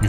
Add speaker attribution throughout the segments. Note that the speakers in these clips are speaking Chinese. Speaker 1: 女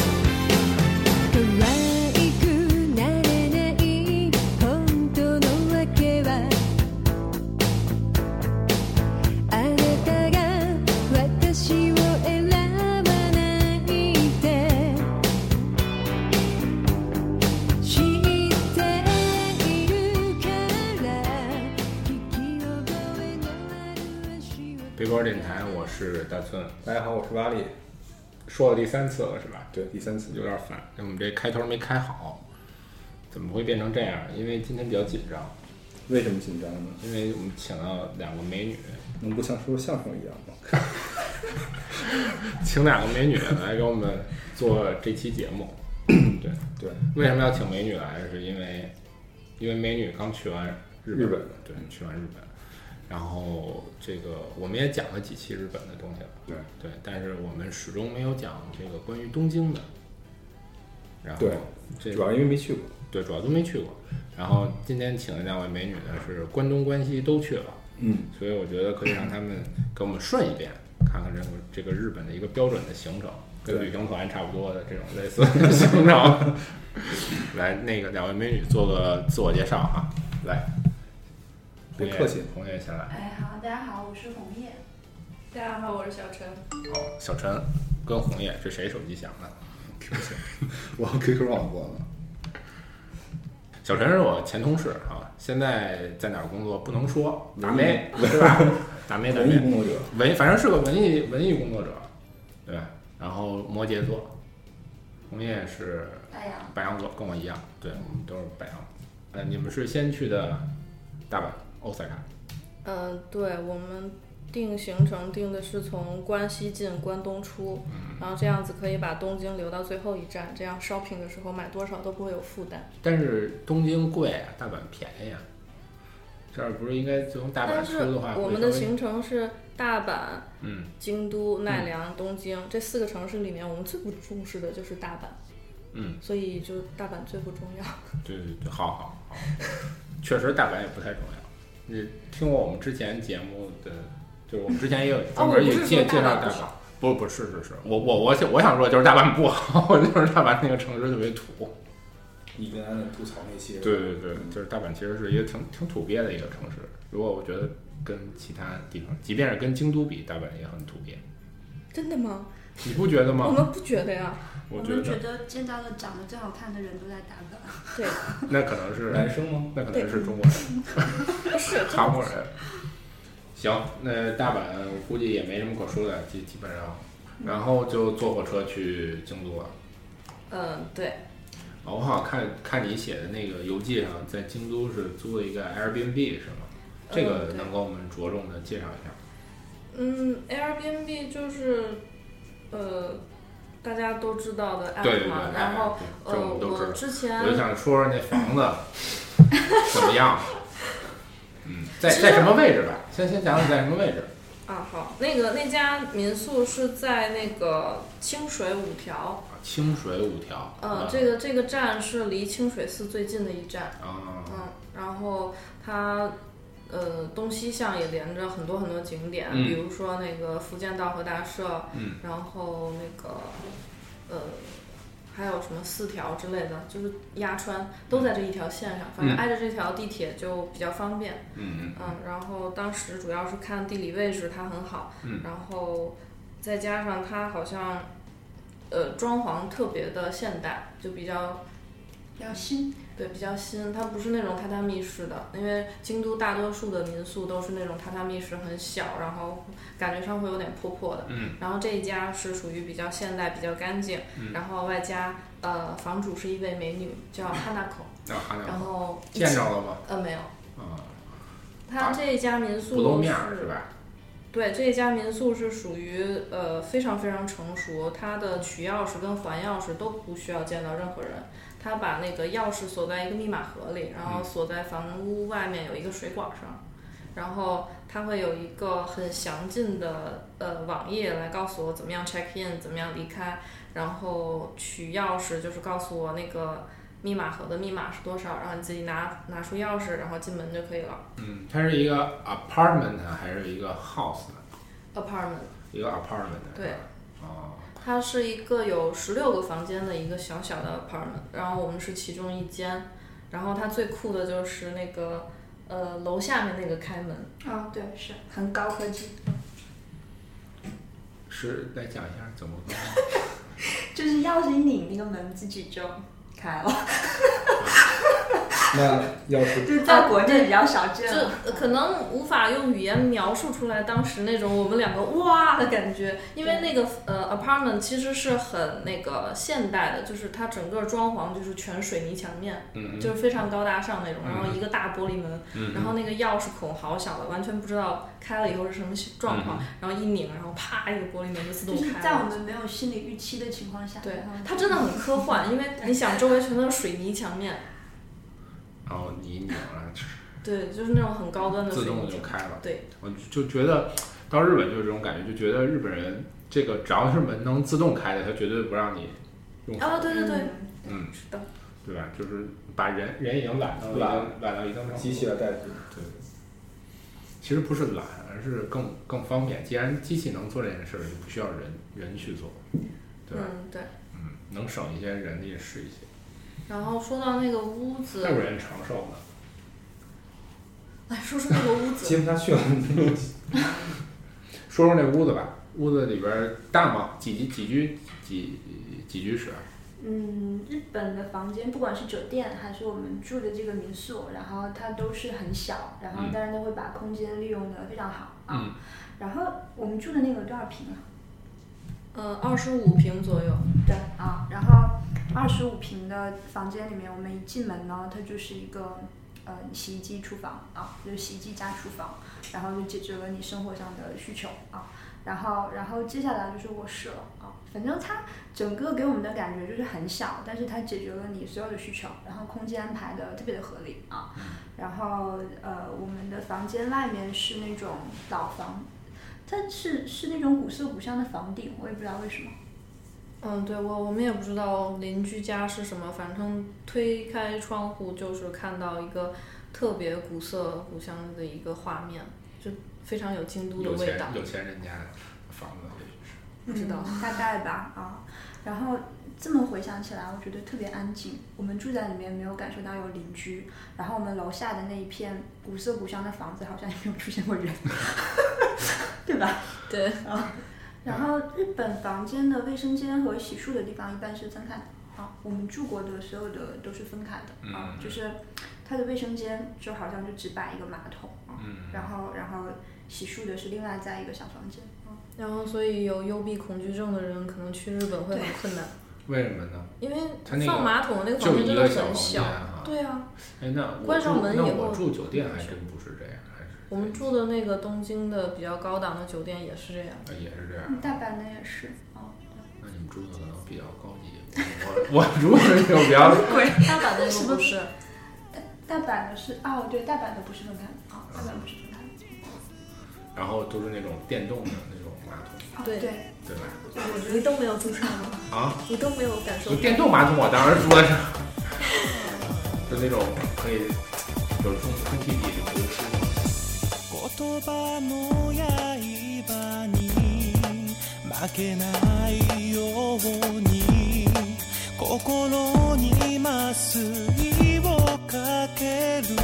Speaker 2: 可愛くなれない本当のわけはあなたが私を選ばないで知っているから聞き覚えのある足音
Speaker 1: 背包电台，我是大寸，
Speaker 3: 大家好，我是巴力。
Speaker 1: 说了第三次了是吧？
Speaker 3: 对，第三次
Speaker 1: 有点烦，我们这开头没开好，怎么会变成这样？因为今天比较紧张，
Speaker 3: 为什么紧张呢？
Speaker 1: 因为我们请到两个美女，
Speaker 3: 能不像说相声一样 吗？
Speaker 1: 请两个美女来给我们做这期节 目。对，
Speaker 3: 对，
Speaker 1: 为什么要请美女来？是因为，因为美女刚去完日本，
Speaker 3: 日本
Speaker 1: 对，去完日本，然后这个我们也讲了几期日本的东西了，
Speaker 3: 对，
Speaker 1: 对，但是我们始终没有讲这个关于东京的。然后
Speaker 3: 对
Speaker 1: 这
Speaker 3: 主要因为没去过。
Speaker 1: 对主要都没去过。然后今天请的两位美女呢是关东关西都去了，
Speaker 3: 嗯，
Speaker 1: 所以我觉得可以让他们给我们顺一遍，看看这个这个日本的一个标准的行程，跟
Speaker 3: 对
Speaker 1: 旅行团差不多的这种类似的行 程。来，那个两位美女做个自我介绍啊，来，
Speaker 3: 别客气
Speaker 1: 红叶先来。
Speaker 4: 哎，好，大家好，我是红叶。大家好，我是小陈。
Speaker 1: 好，小陈跟红叶，这谁手机响了？
Speaker 3: 我 QQ 网过了。
Speaker 1: 小陈是我前同事啊，现在在哪儿工作不能说，打 妹对吧？打妹打
Speaker 3: 文艺
Speaker 1: 妹
Speaker 3: 哎工，作者，
Speaker 1: 嗯文反正是个文艺文艺工作者，对吧。然后摩羯座，红叶是
Speaker 4: 白羊，
Speaker 1: 白羊座，跟我一样，对我们都是白羊。呃，你们是先去的大阪、欧塞卡，
Speaker 5: 嗯，对，我们定行程定的是从关西进，关东出，
Speaker 1: 嗯
Speaker 5: 然后这样子可以把东京留到最后一站，这样 shopping 的时候买多少都不会有负担。
Speaker 1: 但是东京贵啊，大阪便宜啊。这儿不是应该从大阪
Speaker 5: 但
Speaker 1: 出
Speaker 5: 是
Speaker 1: 的话，
Speaker 5: 我
Speaker 1: 会
Speaker 5: 们
Speaker 1: 稍
Speaker 5: 的
Speaker 1: 微
Speaker 5: 行程是大阪、
Speaker 1: 嗯
Speaker 5: 京都、奈良、东京这四个城市里面，我们最不重视的就是大阪，
Speaker 1: 嗯，
Speaker 5: 所以就大阪最不重要。
Speaker 1: 对对对，好好好，确实大阪也不太重要。嗯你听过我们之前节目的，就是我们之前也有专门有介介绍大阪，不不是是是，我我我想我想说就是大阪不好， 我就是大阪那个城市特别土。
Speaker 3: 你跟安吐槽那些，
Speaker 1: 对对对，就是大阪其实是一个挺挺土鳖的一个城市。如果我觉得跟其他地方，即便是跟京都比，大阪也很土鳖，
Speaker 5: 真的吗？
Speaker 1: 你不觉得
Speaker 5: 我
Speaker 1: 吗？
Speaker 5: 们不觉得呀。
Speaker 1: 我觉
Speaker 4: 们
Speaker 1: 得
Speaker 4: 得见到的长得最好看的人都在打港。
Speaker 5: 对，
Speaker 1: 那可能是
Speaker 3: 男生吗？
Speaker 1: 那可能是中国人。
Speaker 5: 不是，
Speaker 1: 韩国人。行，那大阪估计也没什么可说的，基基本上，然后就坐火车去京都了。
Speaker 5: 嗯，对，
Speaker 1: 哦，我好像看看你写的那个游记上，在京都是租了一个 Airbnb 是吗？这
Speaker 5: 嗯
Speaker 1: 个
Speaker 5: 对
Speaker 1: 能给我们着重的介绍一下。
Speaker 5: 嗯，Airbnb 就是，呃，大家都知道的 app 嘛。
Speaker 1: 对对对，
Speaker 5: 然
Speaker 1: 哎
Speaker 5: 后，
Speaker 1: 对这我
Speaker 5: 呃，
Speaker 1: 们都知
Speaker 5: 我
Speaker 1: 道。
Speaker 5: 之
Speaker 1: 我就
Speaker 5: 前
Speaker 1: 想说说那房子怎么 样。嗯，在在什么位置吧？先先讲讲在什么位置。
Speaker 5: 啊，好，那个那家民宿是在那个清水五条，
Speaker 1: 啊清水五条。
Speaker 5: 呃，
Speaker 1: 嗯
Speaker 5: 这个这个站是离清水寺最近的一站，
Speaker 1: 啊，
Speaker 5: 嗯，然后它。呃，东西向也连着很多很多景点，
Speaker 1: 嗯
Speaker 5: 比如说那个福建道和大社，
Speaker 1: 嗯
Speaker 5: 然后那个，呃，还有什么四条之类的，就是鸭川都在这一条线上，反
Speaker 1: 嗯
Speaker 5: 正挨着这条地铁就比较方便。
Speaker 1: 嗯
Speaker 5: 嗯，然后当时主要是看地理位置它很好，
Speaker 1: 嗯
Speaker 5: 然后再加上它好像，呃，装潢特别的现代，就比较
Speaker 2: 比较新，
Speaker 5: 对，比较新，它不是那种榻榻米式的，因为京都大多数的民宿都是那种榻榻米式，很小，然后感觉上会有点破破的。
Speaker 1: 嗯
Speaker 5: 然后这一家是属于比较现代、比较干净，
Speaker 1: 嗯
Speaker 5: 然后外加呃，房主是一位美女，叫 Hanako，、
Speaker 1: 那还
Speaker 5: 然
Speaker 1: 有
Speaker 5: 后
Speaker 1: 嗯
Speaker 5: 一
Speaker 1: 见
Speaker 5: 起
Speaker 1: 着了吗？
Speaker 5: 呃没有，
Speaker 1: 啊，
Speaker 5: 他这一家民宿
Speaker 1: 不露面儿
Speaker 5: 是
Speaker 1: 是吧？
Speaker 5: 对，这一家民宿是属于呃非常非常成熟，它的取钥匙跟还钥匙都不需要见到任何人，他把那个钥匙锁在一个密码盒里，然后
Speaker 1: 嗯
Speaker 5: 锁在房屋外面有一个水管上，然后他会有一个很详尽的呃网页来告诉我怎么样 check in，怎么样离开，然后取钥匙就是告诉我那个密码盒的密码是多少，然后你自己拿拿出钥匙，然后进门就可以了。
Speaker 1: 嗯，它是一个 apartment 啊还是一个 house 呢？
Speaker 5: Apartment。
Speaker 1: 一个 apartment
Speaker 5: 对
Speaker 1: 是吧。哦，
Speaker 5: 它是一个有十六个房间的一个小小的 apartment，然后我们是其中一间，然后它最酷的就是那个呃楼下面那个开门，
Speaker 2: 啊，对，是很高科技，
Speaker 1: 是再讲一下 怎么个？
Speaker 2: 就是钥匙一拧，那个门自己就开了，
Speaker 3: 那要是
Speaker 2: 就在国内比较少见
Speaker 5: 这
Speaker 2: 了。
Speaker 5: 呃可能无法用语言描述出来当时那种我们两个哇的感觉，因为那个呃 apartment 其实是很那个现代的，就是它整个装潢就是全水泥墙面，
Speaker 1: 嗯
Speaker 5: 就是非常高大上那种，然后
Speaker 1: 嗯
Speaker 5: 一个大玻璃门，
Speaker 1: 嗯
Speaker 5: 然后那个钥匙孔好小的，完全不知道开了以后是什么状
Speaker 1: 嗯
Speaker 5: 况，然后一拧，然后啪，一个玻璃门就自
Speaker 2: 就
Speaker 5: 动
Speaker 2: 是
Speaker 5: 开
Speaker 2: 在我
Speaker 5: 了。
Speaker 2: 们没有心理预期的情况下，
Speaker 5: 对
Speaker 2: 然后，
Speaker 5: 它真的很科幻，因为你想周围全都是水泥墙面，
Speaker 1: 然后哦你拧了，
Speaker 5: 对，就是那种很高端的
Speaker 1: 自
Speaker 5: 水泥
Speaker 1: 动就
Speaker 5: 墙。
Speaker 1: 开了。
Speaker 5: 对，
Speaker 1: 我就觉得到日本就是这种感觉，就觉得日本人这个只要是门能自动开的，他绝对不让你用手。
Speaker 5: 啊，对对对，
Speaker 2: 嗯
Speaker 1: 嗯，
Speaker 5: 是的，
Speaker 1: 对吧？就是把人人已经懒到已经懒到一定程度，
Speaker 3: 机器来代替，
Speaker 1: 对，其实不是懒，而是更更方便。既然机器能做这件事儿，就不需要人人去做，对吧？
Speaker 5: 嗯对。
Speaker 1: 嗯，能省一些人力是一些。
Speaker 5: 然后说到那个屋子
Speaker 1: 外，国人长寿呢？
Speaker 5: 来说说那个屋子，
Speaker 3: 接不下去了。
Speaker 1: 说说那屋子吧，屋子里边儿大吗？几居几居几几居室啊？
Speaker 2: 嗯，日本的房间，不管是酒店还是我们住的这个民宿，然后它都是很小，然后
Speaker 1: 嗯
Speaker 2: 但是它会把空间利用的非常好啊。
Speaker 1: 嗯
Speaker 2: 然后我们住的那个多少平啊？
Speaker 5: 呃，二十五平左右，
Speaker 2: 对啊，然后二十五平的房间里面，我们一进门呢，它就是一个呃洗衣机、厨房啊，就是洗衣机加厨房，然后就解决了你生活上的需求啊。然后，然后接下来就是卧室了啊。反正它整个给我们的感觉就是很小，但是它解决了你所有的需求，然后空间安排的特别的合理啊。然后呃，我们的房间外面是那种老房，它是是那种古色古香的房顶，我也不知道为什么。
Speaker 5: 嗯，对我我们也不知道邻居家是什么，反正推开窗户就是看到一个特别古色古香的一个画面，就非常有京都的
Speaker 1: 有
Speaker 5: 味
Speaker 1: 钱
Speaker 5: 道。
Speaker 1: 有钱人家的房子也许是。
Speaker 5: 不知道
Speaker 2: 嗯大概吧啊。然后这么回想起来，我觉得特别安静。我们住在里面没有感受到有邻居，然后我们楼下的那一片古色古香的房子好像也没有出现过人， 对吧？啊
Speaker 5: 对，
Speaker 2: 然后日本房间的卫生间和洗漱的地方一般是分开的啊，我们住过的所有的都是分开的啊，
Speaker 1: 嗯
Speaker 2: 就是它的卫生间就好像就只摆一个马桶啊，
Speaker 1: 嗯
Speaker 2: 然后然后洗漱的是另外在一个小房间啊。
Speaker 5: 然后所以有幽闭恐惧症的人可能去日本会很
Speaker 2: 对
Speaker 5: 困难，
Speaker 1: 为什么呢？
Speaker 5: 因为
Speaker 1: 他那个
Speaker 5: 放马桶的那个房
Speaker 1: 就
Speaker 5: 间
Speaker 1: 一
Speaker 5: 真的
Speaker 1: 个小房
Speaker 5: 很
Speaker 1: 间
Speaker 5: 小。
Speaker 1: 啊。
Speaker 5: 对啊，
Speaker 1: 哎，那我
Speaker 5: 关上
Speaker 1: 住
Speaker 5: 门
Speaker 1: 那
Speaker 5: 以
Speaker 1: 我
Speaker 5: 后
Speaker 1: 住酒店还真不是这样，还是
Speaker 5: 我们住的那个东京的比较高档的酒店也是这样。
Speaker 1: 呃也是这样。
Speaker 2: 嗯大阪的也是啊。
Speaker 1: 那你们住的可能比较高级，我我住的那种比较
Speaker 5: 大阪那个不是，
Speaker 2: 大阪的是哦，对，大阪的不是分开的啊、大阪不是分开的。
Speaker 1: 然后都是那种电动的那种马桶，
Speaker 2: 哦
Speaker 5: 对
Speaker 2: 对，
Speaker 1: 对吧？
Speaker 5: 我觉得都没有住上吗？
Speaker 1: 啊，
Speaker 5: 你都没有感受
Speaker 1: 就电动马桶，我当然住的是， 就那种可以有空空气比流失。
Speaker 6: 言葉の刃に負けないように心に麻酔をかける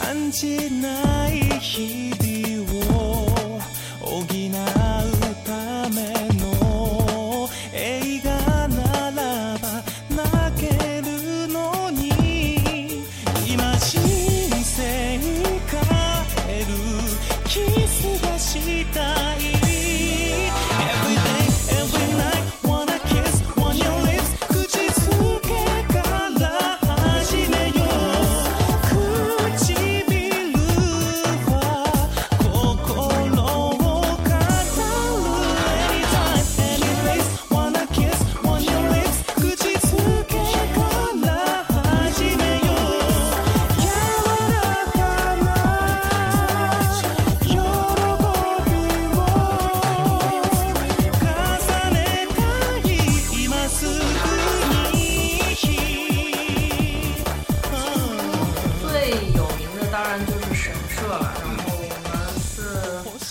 Speaker 6: 感じない日々を補うための映画ならばしたい Everyday, every night wanna kiss on your lips 口づけから始めよう唇は心を語る Anytime, any place wanna kiss on your lips 口づけから始めよう柔らかな喜びを重ねたい今すぐに
Speaker 5: 最有名的当然就是神社了，然后我们是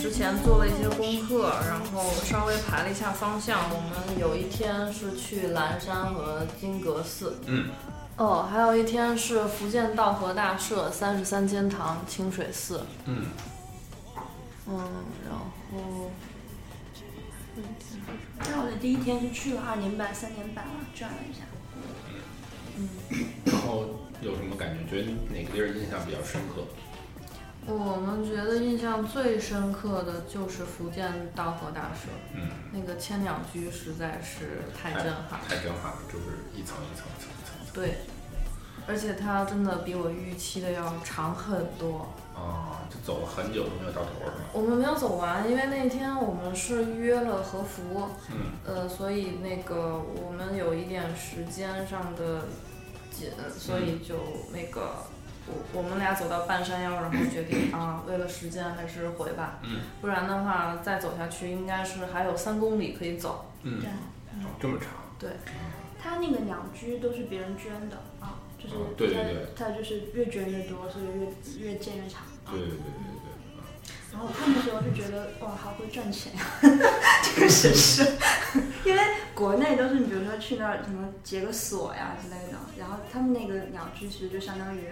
Speaker 5: 之前做了一些功课，然后稍微排了一下方向。我们有一天是去蓝山和金阁寺，
Speaker 3: 嗯，
Speaker 5: 哦，还有一天是福建道和大社、三十三间堂、清水寺，
Speaker 3: 嗯，
Speaker 5: 嗯，然后嗯
Speaker 2: 但我的第一天是去了二年半、三年半了，转了一下。
Speaker 1: 然后有什么感觉？觉得哪个地儿印象比较深刻？
Speaker 5: 我们觉得印象最深刻的就是福建道和大社，
Speaker 1: 嗯，
Speaker 5: 那个千鸟居实在是太震撼了。
Speaker 1: 太震撼了，就是一层一层一层一层一层。
Speaker 5: 对，而且它真的比我预期的要长很多。
Speaker 1: 啊，就走了很久都没有到头，是吧？
Speaker 5: 我们没有走完，因为那天我们是约了和服，
Speaker 1: 嗯，
Speaker 5: 呃，所以那个我们有一点时间上的紧，所
Speaker 1: 嗯
Speaker 5: 以就那个我我们俩走到半山腰，然后决定啊，为了时间还是回吧，
Speaker 1: 嗯，
Speaker 5: 不然的话再走下去应该是还有三公里可以走。
Speaker 1: 嗯
Speaker 2: 对，
Speaker 1: 哦这么长，
Speaker 5: 对，
Speaker 2: 他那个鸟居都是别人捐的啊，就是他
Speaker 1: 嗯对对对
Speaker 2: 他就是越捐越多，所以越越建越长啊
Speaker 1: 对。对对对对
Speaker 2: 然后我看的时候就觉得哇，好会赚 钱呀、啊这个神社，因为国内都是你比如说去那儿什么解个锁呀之类的，然后他们那个鸟居其实就相当于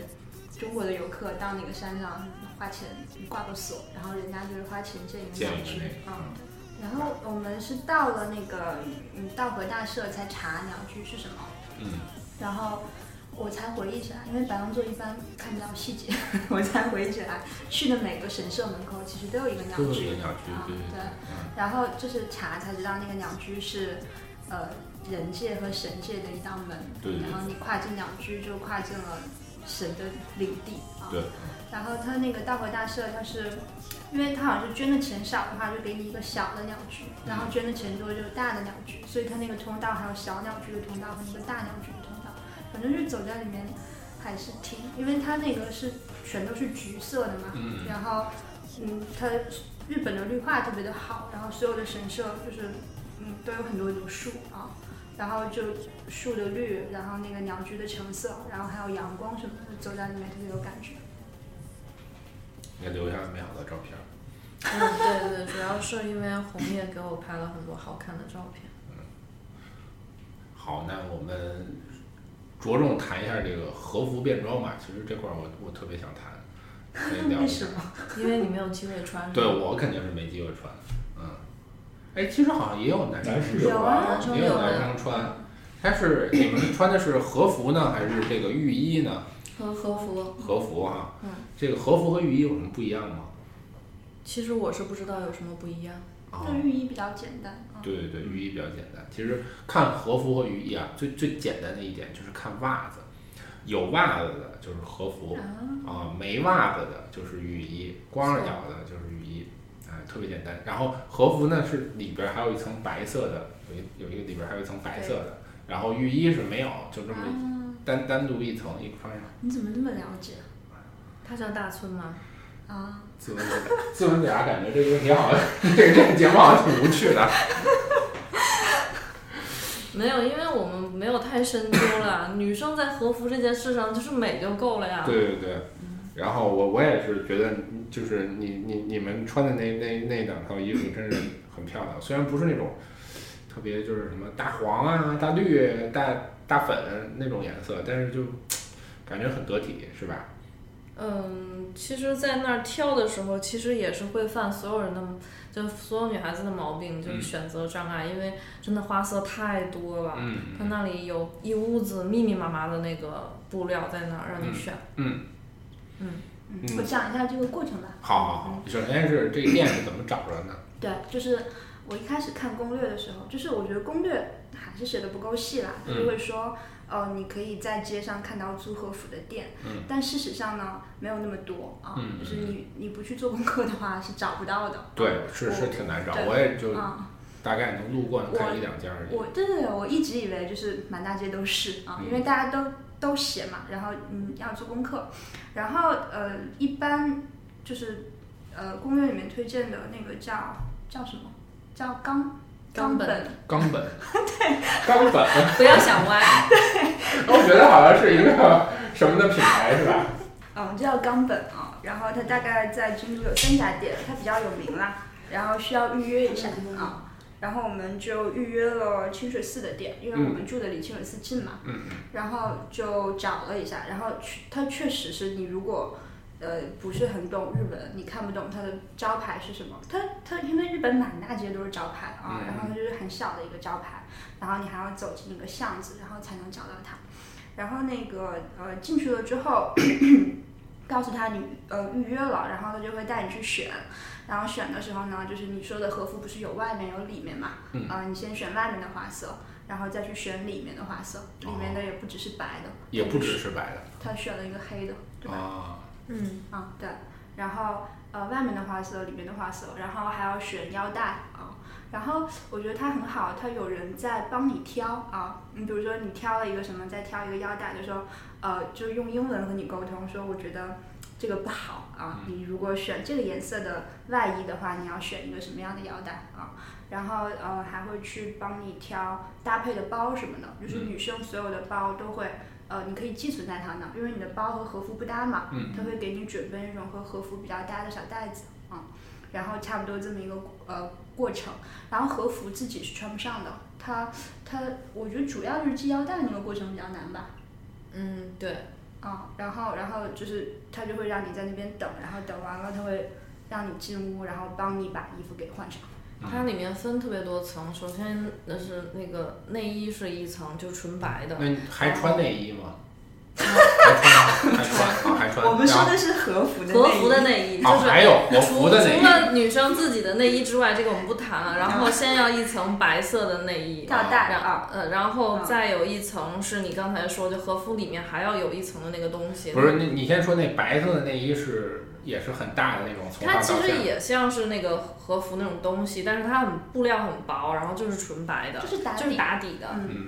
Speaker 2: 中国的游客到那个山上花钱挂个锁，然后人家就是花钱建
Speaker 1: 对，
Speaker 2: 一个
Speaker 1: 建
Speaker 2: 鸟
Speaker 1: 一
Speaker 2: 居
Speaker 1: 个那个，
Speaker 2: 啊。
Speaker 1: 嗯
Speaker 2: 然后我们是到了那个嗯道和大社才查鸟居是什么，
Speaker 1: 嗯，
Speaker 2: 然后我才回忆起来，因为白羊座一般看不到细节， 我才回忆起来去的每个神社门口其实都有一个鸟
Speaker 1: 都有一
Speaker 2: 居
Speaker 1: 个，鸟居，
Speaker 2: 啊
Speaker 1: 对
Speaker 2: 对
Speaker 1: 对，嗯
Speaker 2: 然后就是查才知道那个鸟居是呃人界和神界的一道门，
Speaker 1: 对对对
Speaker 2: 然后你跨进鸟居就跨进了神的领地啊，
Speaker 1: 对，
Speaker 2: 然后他那个道和大社，他是因为他好像是捐的钱少的话，就给你一个小的鸟居，然后捐的钱多就是大的鸟居，所以他那个通道还有小鸟居的通道和一个大鸟居的通道，反正就走在里面还是挺，因为它那个是全都是橘色的嘛，
Speaker 1: 嗯
Speaker 2: 然后嗯，它日本的绿化特别的好，然后所有的神社就是嗯都有很多种树啊。然后就树的绿，然后那个鸟居的橙色，然后还有阳光什么的，走在里面特别有感觉。
Speaker 1: 也留下美好的照片。
Speaker 5: 嗯，对对，主要是因为红叶给我拍了很多好看的照片。
Speaker 1: 好，那我们着重谈一下这个和服变装吧。其实这块儿我我特别想谈，可以聊一
Speaker 2: 为
Speaker 1: 下
Speaker 2: 什。么？
Speaker 5: 因为你没有机会穿。
Speaker 1: 对我肯定是没机会穿，嗯。哎，其实好像也有男生
Speaker 3: 男士
Speaker 1: 是
Speaker 2: 有
Speaker 1: 吧
Speaker 2: 啊
Speaker 5: 男生
Speaker 1: 也
Speaker 5: 有
Speaker 1: 有
Speaker 5: 啊
Speaker 1: 男生穿。他是你们穿的是和服呢，还是这个浴衣呢？
Speaker 5: 和和服，
Speaker 1: 和服哈、
Speaker 5: 嗯
Speaker 1: 这个和服和浴衣有什么不一样吗？
Speaker 5: 其实我是不知道有什么不一样。
Speaker 1: 啊
Speaker 2: 那浴衣比较简单啊。
Speaker 1: 对对对，浴衣比较简单。其实看和服和浴衣啊，最最简单的一点就是看袜子，有袜子的就是和服
Speaker 2: 啊
Speaker 1: 啊，没袜子的就是浴衣，光着脚的就是浴衣，哎，特别简单。然后和服呢是里边还有一层白色的，有一有一个里边还有一层白色的，然后浴衣是没有，就这么
Speaker 2: 啊！
Speaker 1: 单单独一层一穿上，
Speaker 2: 你怎么那么了解
Speaker 5: 他叫大村吗？
Speaker 2: 啊？
Speaker 1: 自问自答，自问自答，感觉这个问题好像 这个这个节目好像挺无趣的。
Speaker 5: 没有，因为我们没有太深究 了。女生在和服这件事上就是美就够了呀。
Speaker 1: 对对对，然后我我也是觉得，就是你你你们穿的那那那两套衣服真是很漂亮，虽然不是那种特别就是什么大黄啊、大绿、大大粉那种颜色，但是就感觉很得体，是吧？
Speaker 5: 嗯，其实，在那儿挑的时候，其实也是会犯所有人的，就所有女孩子的毛病，
Speaker 1: 嗯
Speaker 5: 就是选择障碍，因为真的花色太多了。
Speaker 1: 嗯
Speaker 5: 它那里有一屋子密密麻麻的那个布料在那儿让你选，
Speaker 1: 嗯，
Speaker 5: 嗯，
Speaker 2: 嗯，我讲一下这个过程吧。
Speaker 1: 好好好，首先是这个店是怎么找着呢？
Speaker 2: 对，就是我一开始看攻略的时候，就是我觉得攻略还是写的不够细啦，
Speaker 1: 嗯
Speaker 2: 他就会说，呃，你可以在街上看到租和服的店，
Speaker 1: 嗯
Speaker 2: 但事实上呢，没有那么多啊，
Speaker 1: 嗯
Speaker 2: 就是你你不去做功课的话是找不到的。
Speaker 1: 对，是是挺难找，
Speaker 2: 对
Speaker 1: 我也就
Speaker 2: 啊、
Speaker 1: 大概能路过能看一两家而已。
Speaker 2: 我对对对，我一直以为就是满大街都是啊，
Speaker 1: 嗯
Speaker 2: 因为大家都都写嘛，然后嗯要做功课，然后呃一般就是呃攻略里面推荐的那个叫叫什么叫冈
Speaker 5: 冈本
Speaker 2: 本
Speaker 1: 冈本，冈本，
Speaker 5: 不要想歪，
Speaker 1: 我觉得好像是一个什么的品牌是吧？
Speaker 2: 嗯，叫冈本啊、然后它大概在京都有三家店，它比较有名啦，然后需要预约一下啊、然后我们就预约了清水寺的店，因为我们住的离清水寺近嘛。
Speaker 1: 嗯
Speaker 2: 然后就找了一下，然后去它确实是你如果呃不是很懂日文，你看不懂它的招牌是什么。它它因为日本满大街都是招牌啊，
Speaker 1: 嗯
Speaker 2: 然后它就是很小的一个招牌，然后你还要走进一个巷子，然后才能找到它。然后那个呃进去了之后，告诉他你呃预约了，然后他就会带你去选。然后选的时候呢，就是你说的和服不是有外面有里面嘛？
Speaker 1: 嗯
Speaker 2: 呃你先选外面的花色，然后再去选里面的花色，里面的也不只是白的，
Speaker 1: 也不只是白的
Speaker 2: 他选了一个黑的，对吧？
Speaker 1: 啊，
Speaker 5: 嗯，
Speaker 2: 啊、对。然后呃，外面的花色，里面的花色，然后还要选腰带啊、然后我觉得它很好，它有人在帮你挑啊。你比如说你挑了一个什么，再挑一个腰带，就说呃，就用英文和你沟通，说我觉得这个不好啊。你如果选这个颜色的外衣的话，你要选一个什么样的腰带啊？然后呃，还会去帮你挑搭配的包什么的，就是
Speaker 1: 嗯
Speaker 2: 女生所有的包都会。呃，你可以寄存在它那儿，因为你的包和和服不搭嘛，
Speaker 1: 嗯
Speaker 2: 他会给你准备那种和和服比较搭的小袋子啊、然后差不多这么一个呃过程。然后和服自己是穿不上的，它它我觉得主要就是系腰带那个过程比较难吧，
Speaker 5: 嗯，对，
Speaker 2: 啊、然后然后就是他就会让你在那边等，然后等完了他会让你进屋，然后帮你把衣服给换上。
Speaker 1: 嗯
Speaker 5: 它里面分特别多层，首先那是那个内衣是一层，就纯白的，
Speaker 1: 那你还穿内衣吗？还穿吗，还穿，啊还穿。
Speaker 2: 我们说
Speaker 1: 然后
Speaker 2: 的是和服的
Speaker 5: 和服的
Speaker 2: 内衣
Speaker 5: 内衣，就
Speaker 1: 哦，
Speaker 5: 是
Speaker 1: 还有我服的内
Speaker 5: 除
Speaker 1: 衣，嗯
Speaker 5: 了女生自己的内衣之外，这个我们不谈了。然后先要一层白色的内衣，
Speaker 2: 吊带
Speaker 5: 然
Speaker 2: 啊，
Speaker 5: 呃，然后
Speaker 1: 嗯
Speaker 5: 再有一层是你刚才说，就和服里面还要有一层的那个东西。
Speaker 1: 不是，你你先说那白色的内衣是也是很大的那种，从上
Speaker 5: 它
Speaker 1: 到
Speaker 5: 其
Speaker 1: 下。
Speaker 5: 实也像是那个和服那种东西，但是它很布料很薄，然后就是纯白的
Speaker 2: 就，是打底，
Speaker 5: 就是打底的，
Speaker 2: 嗯，
Speaker 1: 嗯，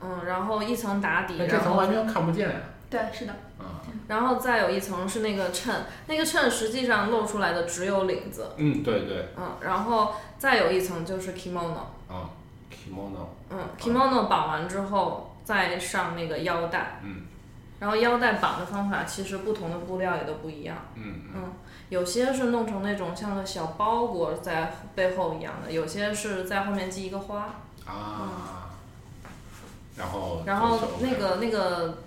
Speaker 5: 嗯，然后一层打底，
Speaker 1: 那这
Speaker 5: 然
Speaker 1: 层
Speaker 5: 后
Speaker 1: 完全看不见啊。
Speaker 2: 嗯对，是的，
Speaker 1: 啊
Speaker 5: 然后再有一层是那个衬，那个衬实际上露出来的只有领子，
Speaker 1: 嗯，对对
Speaker 5: 嗯，然后再有一层就是 kimono，
Speaker 1: 啊，kimono，
Speaker 5: 嗯，kimono 绑完之后再上那个腰带，
Speaker 1: 嗯
Speaker 5: 然后腰带绑的方法其实不同的布料也都不一样，
Speaker 1: 嗯嗯
Speaker 5: 嗯，有些是弄成那种像个小包裹在背后一样的，有些是在后面系一个花，
Speaker 1: 啊，然后
Speaker 5: 然后
Speaker 1: 就
Speaker 5: 那个那个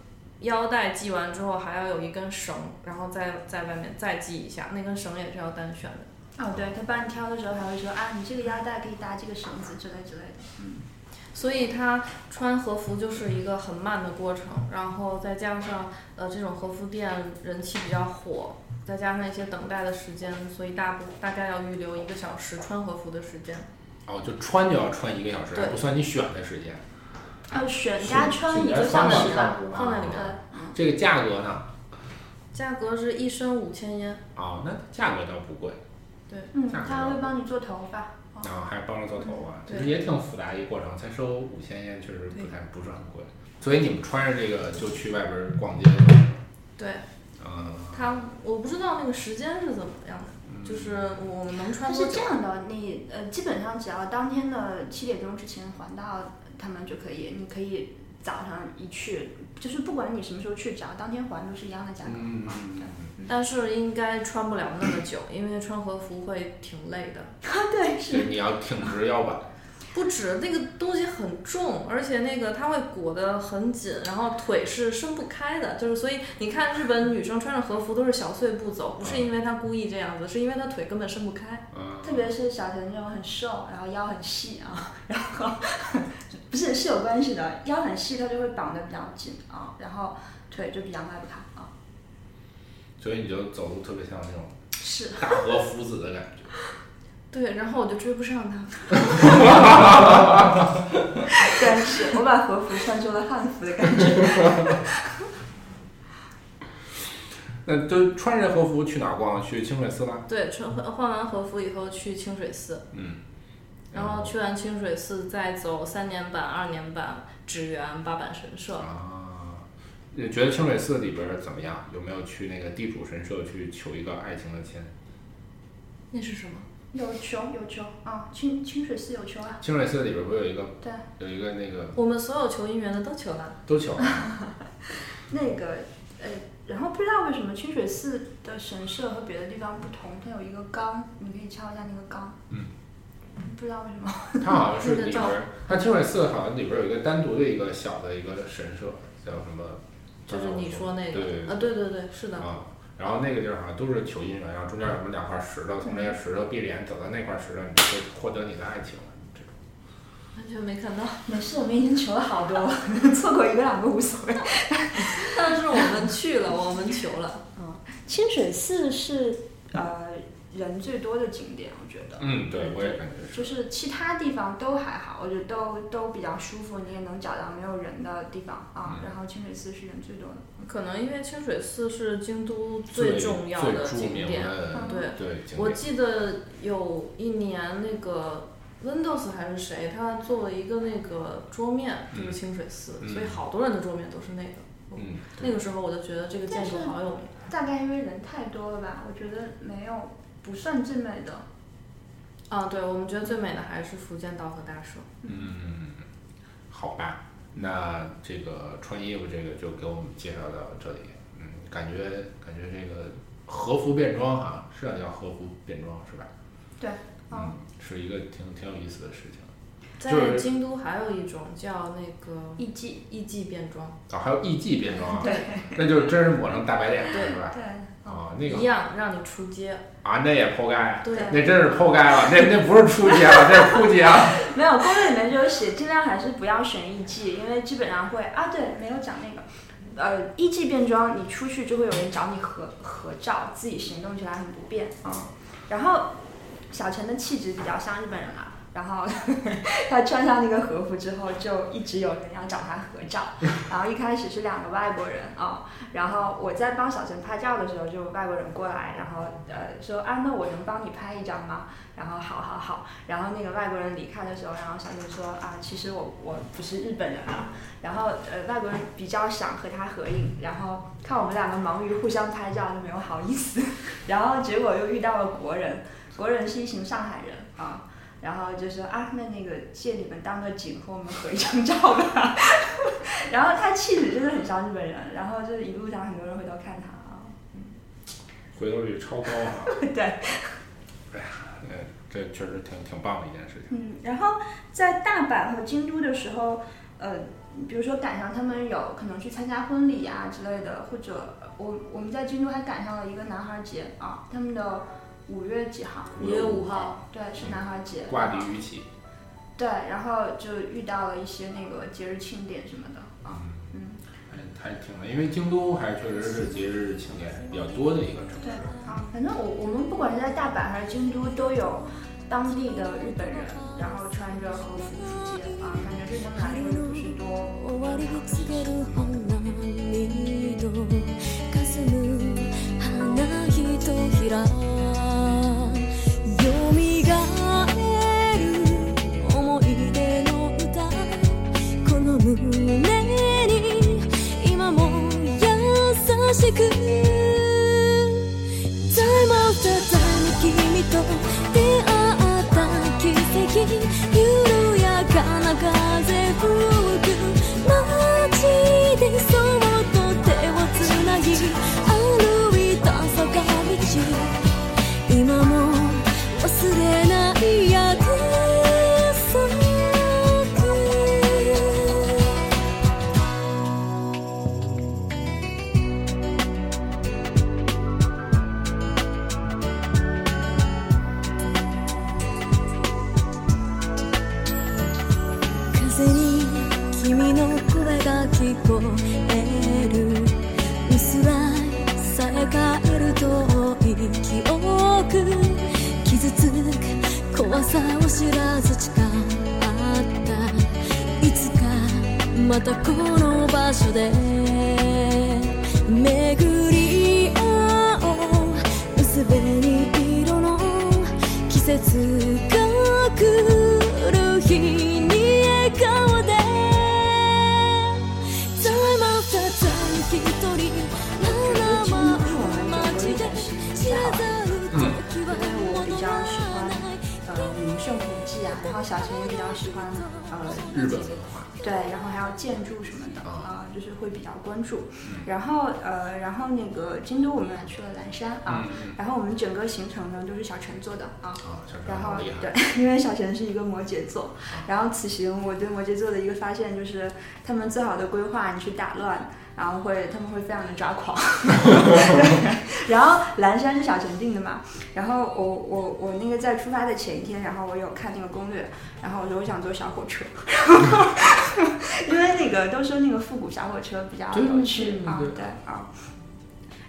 Speaker 5: 腰带系完之后还要有一根绳，然后再在外面再系一下，那根绳也是要单选的。
Speaker 2: 哦，对他帮你挑的时候还会说啊，你这个腰带可以搭这个绳子之类之类的。
Speaker 5: 所以他穿和服就是一个很慢的过程，然后再加上呃这种和服店人气比较火，再加上一些等待的时间，所以大部大概要预留一个小时穿和服的时间。
Speaker 1: 哦，就穿就要穿一个小时，
Speaker 5: 对
Speaker 1: 还不算你选的时间。
Speaker 2: 哦，选加穿
Speaker 3: 选
Speaker 2: 你
Speaker 3: 加
Speaker 2: 就上
Speaker 3: 穿吧
Speaker 2: 去了。
Speaker 3: 看
Speaker 5: 放在里面
Speaker 2: 对
Speaker 1: 这个价格呢？
Speaker 5: 价格是一身五千烟，
Speaker 1: 哦，那价格倒不贵，
Speaker 2: 嗯，
Speaker 1: 价格
Speaker 2: 他会帮你做头发。哦
Speaker 1: 然后还帮着做头发，
Speaker 5: 对
Speaker 1: 这也挺复杂一过程，才收五千烟，确实不太不是很贵。所以你们穿着这个就去外边逛街了，
Speaker 5: 对
Speaker 1: 嗯，
Speaker 5: 他我不知道那个时间是怎么样的，就是我们能
Speaker 2: 它
Speaker 5: 穿多
Speaker 2: 是
Speaker 5: 久
Speaker 2: 这？样的，你呃，基本上只要当天的七点钟之前还到他们就可以，你可以早上一去，就是不管你什么时候去，只要当天还都是一样的价格。
Speaker 1: 嗯嗯嗯
Speaker 5: 但是应该穿不了那么久，因为穿和服会挺累的。
Speaker 2: 啊，对，
Speaker 1: 就是你要挺直腰板，
Speaker 5: 不止那个东西很重，而且那个它会裹得很紧，然后腿是伸不开的，就是所以你看日本女生穿着和服都是小碎步走，不是因为她故意这样子，是因为她腿根本伸不开。
Speaker 1: 嗯，
Speaker 2: 特别是小田这种很瘦，然后腰很细啊，然后不是是有关系的，腰很细，它就会绑得比较紧啊，然后腿就比较迈不开啊。
Speaker 1: 所以你就走路特别像那种
Speaker 5: 是
Speaker 1: 大和夫子的 感觉。
Speaker 5: 对，然后我就追不上他。
Speaker 2: 但是我把和服穿成了汉服的感觉。
Speaker 1: 那就穿着和服去哪儿逛？去清水寺吧。
Speaker 5: 对，穿换完和服以后去清水寺，
Speaker 1: 嗯，
Speaker 5: 然后去完清水寺再走三年坂、二年坂、纸园、八坂神社。
Speaker 1: 啊，你觉得清水寺里边儿怎么样？有没有去那个地主神社去求一个爱情的签？
Speaker 5: 那是什么？
Speaker 2: 有球有球啊，清清水寺有球啊，
Speaker 1: 清水寺里边儿不是有一个
Speaker 2: 对，
Speaker 1: 有一个那个
Speaker 5: 我们所有求姻缘的都求了。
Speaker 1: 都求啊
Speaker 2: 那个呃，然后不知道为什么清水寺的神社和别的地方不同，它有一个缸，你可以敲一下那个缸。
Speaker 1: 嗯。
Speaker 2: 不知道为什么。
Speaker 1: 它好像是里
Speaker 5: 那个
Speaker 1: 边
Speaker 5: 照
Speaker 1: 儿，它清水寺好像里边儿有一个单独的一个小的一个神社，叫什么？
Speaker 5: 就是你说那个
Speaker 1: 对对对
Speaker 5: 啊，对对对，是的，
Speaker 1: 啊。然后那个地儿好像都是求姻缘，然后中间有什么两块石头，从那个石头闭着眼走到那块石头，你就会获得你的爱情了。这种
Speaker 5: 完全没看到。
Speaker 2: 没事，我们已经求了好多 了，错过一个两个无所谓。
Speaker 5: 但是我们去了，我们求了。
Speaker 2: 清水寺是呃人最多的景点，我觉得。
Speaker 1: 嗯，对，我也感觉是。
Speaker 2: 就是其他地方都还好，我觉得都都比较舒服，你也能找到没有人的地方啊。
Speaker 1: 嗯
Speaker 2: 然后清水寺是人最多的，
Speaker 5: 可能因为清水寺是京都最重要
Speaker 1: 最
Speaker 5: 的
Speaker 1: 著
Speaker 5: 景
Speaker 1: 名
Speaker 5: 点，
Speaker 1: 的
Speaker 5: 对。
Speaker 1: 对景
Speaker 5: 我
Speaker 1: 点。
Speaker 5: 记得有一年那个 Windows 还是谁，他做了一个那个桌面，就是
Speaker 1: 嗯
Speaker 5: 清水寺，
Speaker 1: 嗯
Speaker 5: 所以好多人的桌面都是那个。
Speaker 1: 嗯，
Speaker 5: 那个时候我就觉得这个建筑
Speaker 2: 但是
Speaker 5: 好有名。
Speaker 2: 大概因为人太多了吧，我觉得没有不算最美的。
Speaker 5: 啊，对，我们觉得最美的还是福建道和大社。
Speaker 1: 嗯，好吧，那这个穿衣服这个就给我们介绍到这里。嗯，感觉感觉这个和服变装哈、是要叫和服变装是吧？
Speaker 2: 对，
Speaker 1: 嗯，是一个挺挺有意思的事情。
Speaker 5: 在京都还有一种叫那个
Speaker 2: 艺伎，
Speaker 5: 艺伎变装，
Speaker 1: 啊，还有艺伎变装啊，
Speaker 2: 对
Speaker 1: 那就是真是抹成大白脸了是吧？
Speaker 2: 对，嗯
Speaker 1: 啊，那
Speaker 5: 一
Speaker 1: 个
Speaker 5: 样让你出街。
Speaker 1: 啊，那也铺盖，
Speaker 5: 对
Speaker 1: 那真是铺盖了，那 那不是出街了，这是啊铺街了。
Speaker 2: 没有攻略里面就有写，尽量还是不要选艺伎，因为基本上会啊，对，没有讲那个。呃，艺伎变装，你出去就会有人找你合合照，自己行动起来很不便啊、然后小陈的气质比较像日本人啊，然后 他穿上那个和服之后，就一直有人要找他合照。然后一开始是两个外国人啊、然后我在帮小陈拍照的时候，就有外国人过来，然后呃说啊，那我能帮你拍一张吗？然后好好好，然后那个外国人离开的时候，然后小陈说啊，其实我我不是日本人啊。然后呃外国人比较想和他合影，然后看我们两个忙于互相拍照，就没有好意思。 然后结果又遇到了国人，国人是一群上海人啊。然后就说啊，那那个借你们当个景和我们合一张照吧。 然后他气质真的很像日本人，然后就是一路上很多人回头看他啊。
Speaker 1: 回头率超高啊！
Speaker 2: 对，
Speaker 1: 呃，这确实挺挺棒的一件事情。
Speaker 2: 嗯，然后在大阪和京都的时候，呃，比如说赶上他们有可能去参加婚礼啊之类的，或者呃我我们在京都还赶上了一个男孩节啊，他们的五月几号？
Speaker 5: 五月五号，
Speaker 2: 对，是男孩节。
Speaker 1: 挂历鱼起，
Speaker 2: 对，然后就遇到了一些那个节日庆典什么的啊，嗯，
Speaker 1: 还还挺的，因为京都还确实是节日庆典比较多的一个城
Speaker 2: 对
Speaker 1: 市。
Speaker 2: 啊，反正我我们不管是在大阪还是京都，都有当地的日本人，然后穿着和服出街啊，感觉对他们来说不是
Speaker 7: 終
Speaker 2: 多
Speaker 7: わり
Speaker 2: 正常
Speaker 7: を
Speaker 2: 的事
Speaker 7: 告
Speaker 2: 情
Speaker 7: げる花見と霞む花ひとひらよみがえる思い出の歌この胸に今も優しく Time after time 君と出会った奇跡緩やかな風吹く街でそっと手をつなぎ歩いた坂道今も忘れない約束風に君の声が聞こえる薄らさえ帰る
Speaker 2: も知らず誓ったいつかまたこの場所で巡り合おう薄紅色の季節が来る日に笑顔で Time after time 一人花舞う街で知らざる時は
Speaker 4: 我比
Speaker 2: 戻
Speaker 4: 较喜
Speaker 2: ら
Speaker 4: 欢
Speaker 2: ない
Speaker 4: 呃《名胜古迹》啊，然后小陈也比较喜欢呃
Speaker 1: 日本文化，
Speaker 4: 对，然后还有建筑什么的啊、就是会比较关注。然后呃，然后那个京都我们还去了岚山啊、然后我们整个行程呢都是小陈做的啊。
Speaker 1: 啊，小陈
Speaker 4: 然后
Speaker 1: 好厉害，
Speaker 4: 对， 因为小陈是一个摩羯座，然后此行我对摩羯座的一个发现就是，他们最好的规划你去打乱，然后会他们会非常的抓狂。 对，然后蓝山是小陈定的嘛，然后我我我那个在出发的前一天，然后我有看那个攻略，然后我说我想坐小火车， 因为那个都说那个复古小火车比较有趣啊，对啊，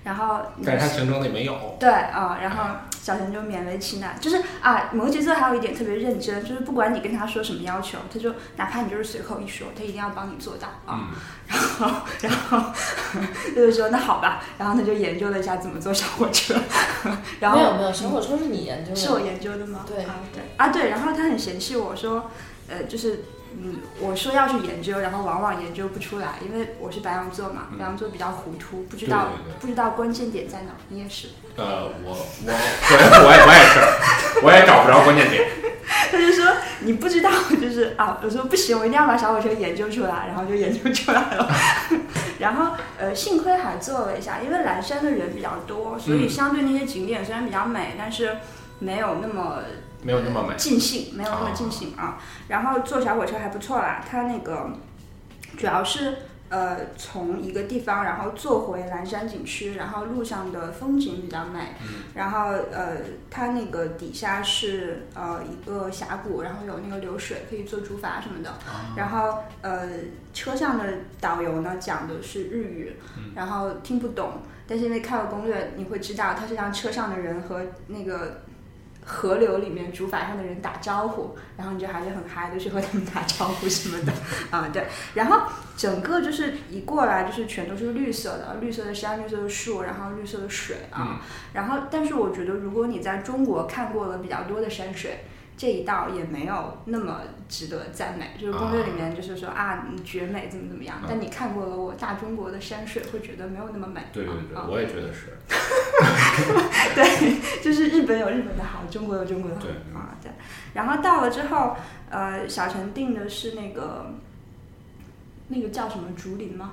Speaker 4: 然后
Speaker 1: 但是他行程里没有，
Speaker 4: 对啊、然后小陈就勉为其难，就是啊，摩羯座还有一点特别认真，就是不管你跟他说什么要求，他就哪怕你就是随口一说，他一定要帮你做到
Speaker 1: 嗯
Speaker 4: 啊。然后，然后 就是说那好吧，然后他就研究了一下怎么坐小火车， 然
Speaker 8: 没有没
Speaker 4: 后
Speaker 8: 有，小火车是你研究的，
Speaker 4: 是我研究的吗？
Speaker 8: 对
Speaker 4: 啊对啊对，然后他很嫌弃我说，呃，就是。嗯，我说要去研究，然后往往研究不出来，因为我是白羊座嘛，白羊座比较糊涂，不知道
Speaker 1: 嗯对对对
Speaker 4: 不知道关键点在哪儿。你也是，
Speaker 1: 呃，我我我我也 我也是，我也找不着关键点，
Speaker 4: 他就说你不知道，就是啊，我说不行，我一定要把小火车研究出来，然后就研究出来了。 然后呃，幸亏还做了一下，因为蓝山的人比较多，所以
Speaker 1: 嗯
Speaker 4: 相对那些景点虽然比较美，但是没有那么
Speaker 1: 没有那么美，
Speaker 4: 尽兴，没有那么尽兴啊。然后坐小火车还不错啦，它那个主要是呃从一个地方，然后坐回蓝山景区，然后路上的风景比较美，
Speaker 1: 嗯
Speaker 4: 然后呃它那个底下是呃一个峡谷，然后有那个流水可以做竹筏什么的，
Speaker 1: 啊
Speaker 4: 然后呃车上的导游呢讲的是日语，
Speaker 1: 嗯
Speaker 4: 然后听不懂。但是因为看了攻略，你会知道他是让车上的人和那个河流里面竹筏上的人打招呼，然后你就还是很嗨的去和他们打招呼什么的 啊，对。然后整个就是一过来就是全都是绿色的，绿色的山、绿色的树，然后绿色的水啊。然后，但是我觉得如果你在中国看过了比较多的山水。这一道也没有那么值得赞美，就是攻略里面就是说啊，你绝美怎么怎么样，但你看过了我大中国的山水，会觉得没有那么美。
Speaker 1: 对对
Speaker 4: 啊
Speaker 1: 对，我也觉得是，
Speaker 4: 对，就是日本有日本的好，中国有中国的好
Speaker 1: 对
Speaker 4: 啊，对。然后到了之后，呃，小陈订的是那个那个叫什么竹林吗？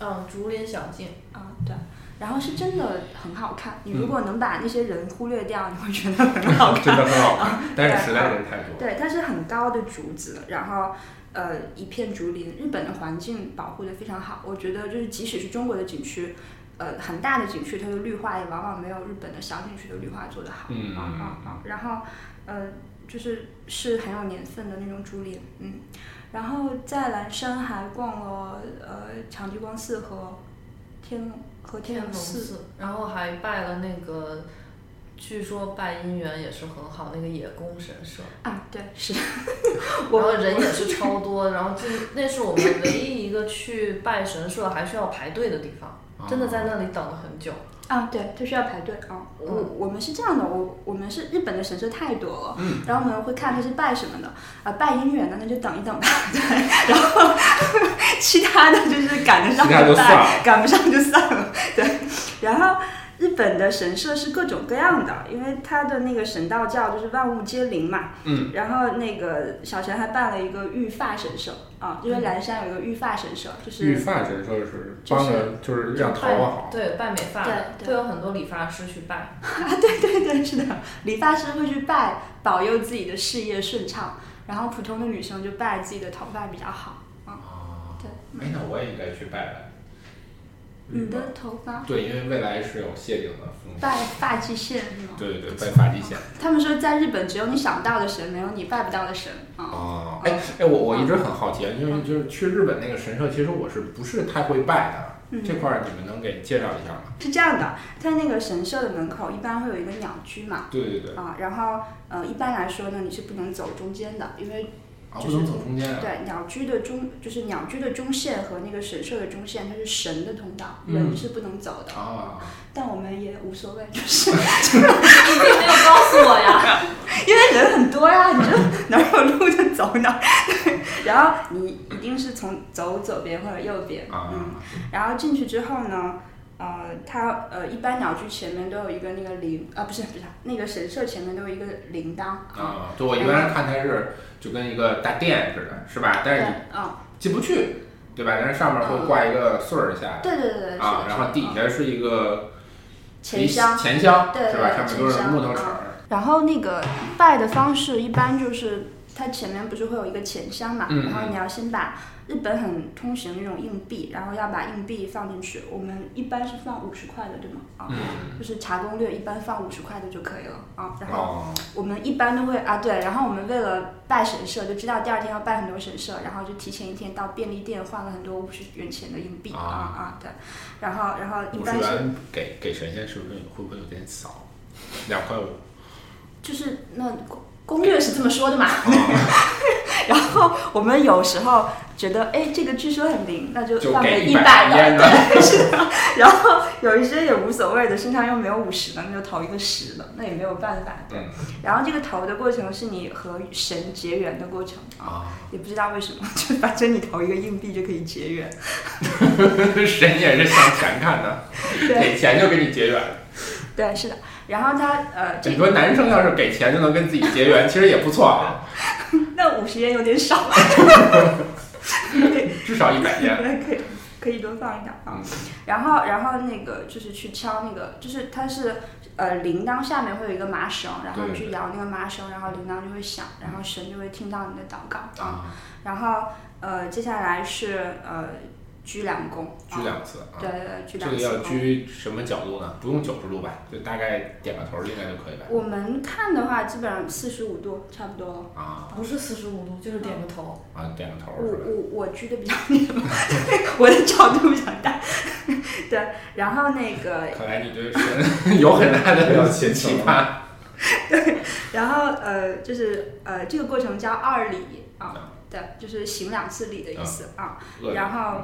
Speaker 5: 嗯，竹林小径，
Speaker 4: 啊，对。然后是真的很好看，你
Speaker 1: 嗯
Speaker 4: 如果能把那些人忽略掉，你会觉得很好看。
Speaker 1: 啊真的很好看， 但是实在人太多了。
Speaker 4: 对，啊它是很高的竹子，然后呃一片竹林，日本的环境保护的非常好。我觉得就是即使是中国的景区，呃很大的景区，它的绿化也往往没有日本的小景区的绿化做得好。
Speaker 1: 嗯
Speaker 4: 啊啊啊！然后呃就是是很有年份的那种竹林，嗯。然后在蓝山还逛了呃长吉光寺和天龙和天
Speaker 5: 天
Speaker 4: 龙
Speaker 5: 龙
Speaker 4: 寺。
Speaker 5: 寺，然后还拜了那个，据说拜姻缘也是很好，那个野宫神社，
Speaker 4: 啊，对，是。
Speaker 5: 然后人也是超多，然后这那是我们唯一一个去拜神社还需要排队的地方，真的在那里等了很久。
Speaker 4: 啊，对，他需要排队啊。我、
Speaker 1: 嗯
Speaker 4: 我们是这样的，我我们是日本的神社太多了，
Speaker 1: 嗯
Speaker 4: 然后我们会看他是拜什么的，啊，拜姻缘的那就等一等 吧，对，然后其他的就是赶得上
Speaker 1: 其他就算了
Speaker 4: 拜，赶不上就算了，对。然后日本的神社是各种各样的，因为它的那个神道教就是万物皆灵嘛，
Speaker 1: 嗯，
Speaker 4: 然后那个小陈还办了一个御发神社啊，因为蓝山有一个御发神社，就是
Speaker 1: 嗯御发神社是帮着，就是让桃
Speaker 5: 拜
Speaker 1: 花好，
Speaker 5: 对，拜美发
Speaker 4: 对对
Speaker 5: 会有很多理发师去拜。
Speaker 4: 对 对，是的，理发师会去拜保佑自己的事业顺畅，然后普通的女生就拜自己的头发比较好。啊，对，
Speaker 1: 哎，那我也应该去拜拜。嗯
Speaker 4: 你的头发
Speaker 1: 对，因为未来是有谢顶的风险。
Speaker 4: 拜发际线是吗？
Speaker 1: 对对对，拜发际线。
Speaker 4: 他们说在日本只有你想到的神，没有你拜不到的神
Speaker 1: 哦
Speaker 4: 啊。
Speaker 1: 哦，哎哎，我我一直很好奇，啊，因为就是去日本那个神社，其实我是不是太会拜的？
Speaker 4: 嗯
Speaker 1: 这块儿你们能给介绍一下吗？
Speaker 4: 是这样的，在那个神社的门口一般会有一个鸟居嘛，
Speaker 1: 对对对，
Speaker 4: 啊，然后呃，一般来说呢，你是不能走中间的，因为
Speaker 1: 啊，
Speaker 4: 就
Speaker 1: 不
Speaker 4: 是
Speaker 1: 能走中间啊。
Speaker 4: 对鸟居的中就是鸟居的中线和那个神社的中线，它是神的通道，
Speaker 1: 嗯
Speaker 4: 人是不能走的。
Speaker 1: 啊，
Speaker 4: 但我们也无所谓，就是
Speaker 5: 你为什么没有告诉我呀？
Speaker 4: 因为人很多呀，你就哪儿有路就走哪儿。然后你一定是从走左边或者右边，
Speaker 1: 啊
Speaker 4: 嗯，然后进去之后呢，呃，它呃一般鸟居前面都有一个那个铃啊，不是不是那个神社前面都有一个铃铛啊，
Speaker 1: 啊，对我原来看它是就跟一个大殿似的，是吧？但
Speaker 4: 对
Speaker 1: 是你，
Speaker 4: 嗯，
Speaker 1: 进不去，对吧？但是上面会挂一个穗儿下来
Speaker 4: 对对对对，是的
Speaker 1: 啊，然后底
Speaker 4: 是的嗯
Speaker 1: 下是一个
Speaker 4: 前箱。
Speaker 1: 钱箱
Speaker 4: 对
Speaker 1: 是吧？上
Speaker 4: 对
Speaker 1: 面都是
Speaker 4: 钱箱啊
Speaker 1: 木头齿儿，
Speaker 4: 然后那个拜的方式一般就是，它前面不是会有一个钱箱嘛，
Speaker 1: 嗯
Speaker 4: 然后你要先把日本很通行的那种硬币，然后要把硬币放进去。我们一般是放五十块的，对吗？啊，
Speaker 1: 嗯，
Speaker 4: 就是查攻略一般放五十块的就可以了啊。然后
Speaker 1: 哦，
Speaker 4: 我们一般都会啊，对，然后我们为了拜神社，就知道第二天要拜很多神社，然后就提前一天到便利店换了很多五十元钱的硬币啊
Speaker 1: 啊
Speaker 4: 啊，对。然后然后一
Speaker 1: 五十
Speaker 4: 般是
Speaker 1: 元给给神仙是不是会不会有点少？两块五，
Speaker 4: 就是那攻攻略是这么说的嘛。 然后我们有时候觉得，哎，这个据说很灵，那就
Speaker 1: 就
Speaker 4: 放
Speaker 1: 给
Speaker 4: 一
Speaker 1: 100
Speaker 4: 百
Speaker 1: 烟
Speaker 4: 的，对，是的。然后有一些也无所谓的，身上又没有五十的，那就投一个十的，那也没有办法。对。
Speaker 1: 嗯
Speaker 4: 然后这个投的过程是你和神结缘的过程啊，
Speaker 1: 啊，
Speaker 4: 也不知道为什么， 就反正你投一个硬币就可以结缘。
Speaker 1: 神也是向钱看的，
Speaker 4: 对
Speaker 1: 给钱就给你结缘。
Speaker 4: 对，是的。然后他呃，这
Speaker 1: 你说男生要是给钱就能跟自己结缘，其实也不错啊，
Speaker 4: 那五十元有点少，
Speaker 1: 至少一 百
Speaker 4: 对，
Speaker 1: 年。
Speaker 4: 可以可以多放一点啊
Speaker 1: 嗯。
Speaker 4: 然后然后那个就是去敲那个，就是它是呃铃铛下面会有一个麻绳，然后你去摇那个麻绳，然后铃铛就会响，然后神就会听到你的祷告啊。
Speaker 1: 啊，
Speaker 4: 然后呃接下来是呃鞠两躬，
Speaker 1: 鞠
Speaker 4: 啊，
Speaker 1: 两次啊，
Speaker 4: 对对对，鞠
Speaker 1: 这
Speaker 4: 两
Speaker 1: 个要
Speaker 4: 次躬。
Speaker 1: 鞠什么角度呢？不用九十度吧，就大概点个头儿应该就可以吧。
Speaker 4: 我们看的话，基本上四十五度差不多了。
Speaker 1: 啊
Speaker 5: 不是四十五度，就是点个头。
Speaker 1: 啊，点个头儿
Speaker 4: 我
Speaker 1: 是吧？
Speaker 4: 我我鞠的比较 那什么，我的角度比较大。 对，然后那个
Speaker 1: 看来你对神 有很大的
Speaker 3: 比较虔诚
Speaker 1: 期盼。
Speaker 4: 然后呃，就是呃，这个过程叫二礼啊，对，就是行两次礼的意思啊，然后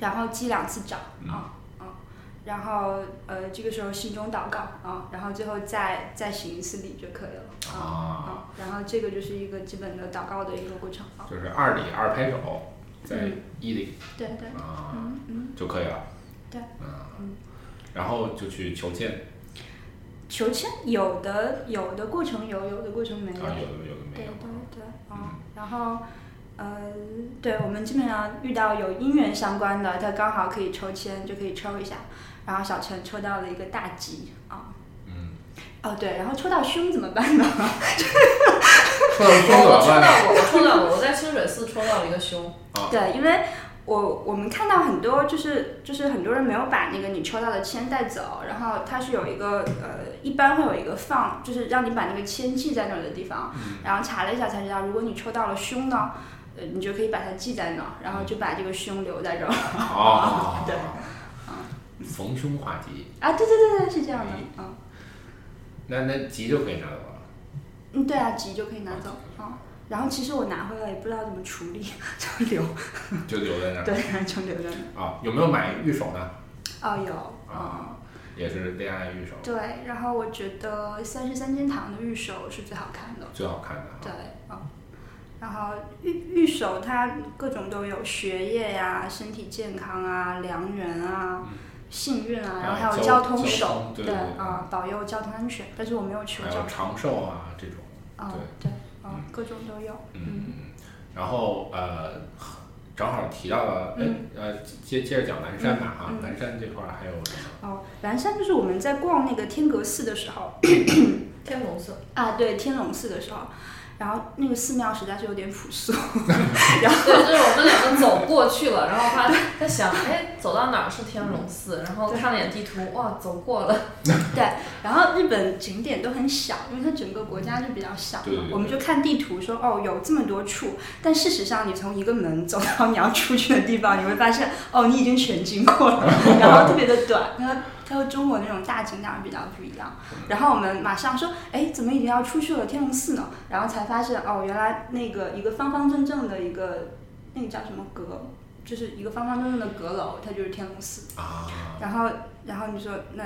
Speaker 4: 然后击两次掌啊啊，然后呃，这个时候心中祷告啊，然后最后再再行一次礼就可以了啊
Speaker 1: 啊，
Speaker 4: 啊，然后这个就是一个基本的祷告的一个过程啊，
Speaker 1: 就是二里二拍手，再
Speaker 4: 嗯
Speaker 1: 一里
Speaker 4: 对对，
Speaker 1: 啊
Speaker 4: 嗯嗯，
Speaker 1: 就可以了。
Speaker 4: 对，
Speaker 1: 嗯，然后就去求签
Speaker 4: 求签有的有的过程有，有的过程没有
Speaker 1: 啊，，有的有的没
Speaker 4: 对
Speaker 1: 有
Speaker 4: 对
Speaker 1: 啊
Speaker 4: 对，
Speaker 1: 嗯
Speaker 4: 啊，然后，呃，对我们基本上遇到有姻缘相关的，他刚好可以抽签，就可以抽一下。然后小陈抽到了一个大吉啊，
Speaker 1: 嗯，
Speaker 4: 哦对，然后抽到凶怎么办 呢？
Speaker 1: 说到说到嗯吧
Speaker 5: 我抽到 我，我抽到我，我在清水寺抽到了一个凶。
Speaker 4: 对，因为我我们看到很多就是就是很多人没有把那个你抽到的签带走，然后它是有一个呃，一般会有一个放，就是让你把那个签记在那儿的地方。然后查了一下才知道，如果你抽到了凶呢，呃，你就可以把它记在那儿，然后就把这个凶留在这儿。
Speaker 1: 哦，
Speaker 4: 对嗯
Speaker 1: 逢凶化吉，
Speaker 4: 啊，对对对对，是这样的，嗯
Speaker 1: 那那吉就可以拿走了。
Speaker 4: 嗯，对啊，急就可以拿走啊。然后其实我拿回来也不知道怎么处理， 就留，
Speaker 1: 就留在那儿
Speaker 4: 对，就留在那。
Speaker 1: 啊？有没有买玉手呢？
Speaker 4: 哦，有，
Speaker 1: 啊
Speaker 4: 啊，
Speaker 1: 也是恋爱玉手
Speaker 4: 对。然后我觉得三十三间堂的玉手是最好看的，
Speaker 1: 最好看的啊。
Speaker 4: 对，啊。然后玉玉手它各种都有，学业呀、身体健康啊、良缘啊、幸运啊，然后还有
Speaker 1: 交
Speaker 4: 通
Speaker 1: 交
Speaker 4: 手
Speaker 1: 通，对对
Speaker 4: 对
Speaker 1: 对
Speaker 4: 啊，保佑交通安全。但是我没有求
Speaker 1: 还
Speaker 4: 交
Speaker 1: 有
Speaker 4: 通，
Speaker 1: 长寿啊这种，
Speaker 4: 啊，对，啊，各种都有，嗯。
Speaker 1: 嗯，然后呃，正好提到了，哎
Speaker 4: 嗯
Speaker 1: 呃，接接着讲蓝山吧啊
Speaker 4: 嗯，嗯
Speaker 1: 蓝山这块儿还有什么？
Speaker 4: 哦，蓝山就是我们在逛那个天阁寺的时候
Speaker 5: 天龙寺
Speaker 4: 啊，对，天龙寺的时候，然后那个寺庙实在是有点朴素，
Speaker 5: 对，就是我们两个走过去了，然后他在想，哎，走到哪儿是天龙寺？然后看了眼地图，哇，走过了。
Speaker 4: 对，然后日本景点都很小，因为它整个国家就比较小嘛，
Speaker 1: 对对对
Speaker 4: 我们就看地图说哦有这么多处，但事实上你从一个门走到你要出去的地方，你会发现哦你已经全经 过了，然后特别的短。那它和中国那种大景点比较不一样。然后我们马上说，哎，怎么已经要出去了天龙寺呢？然后才发现哦，原来那个一个方方正正的一个那个叫什么阁，就是一个方方正正的阁楼，它就是天龙寺。
Speaker 1: 啊，
Speaker 4: 然后然后你说那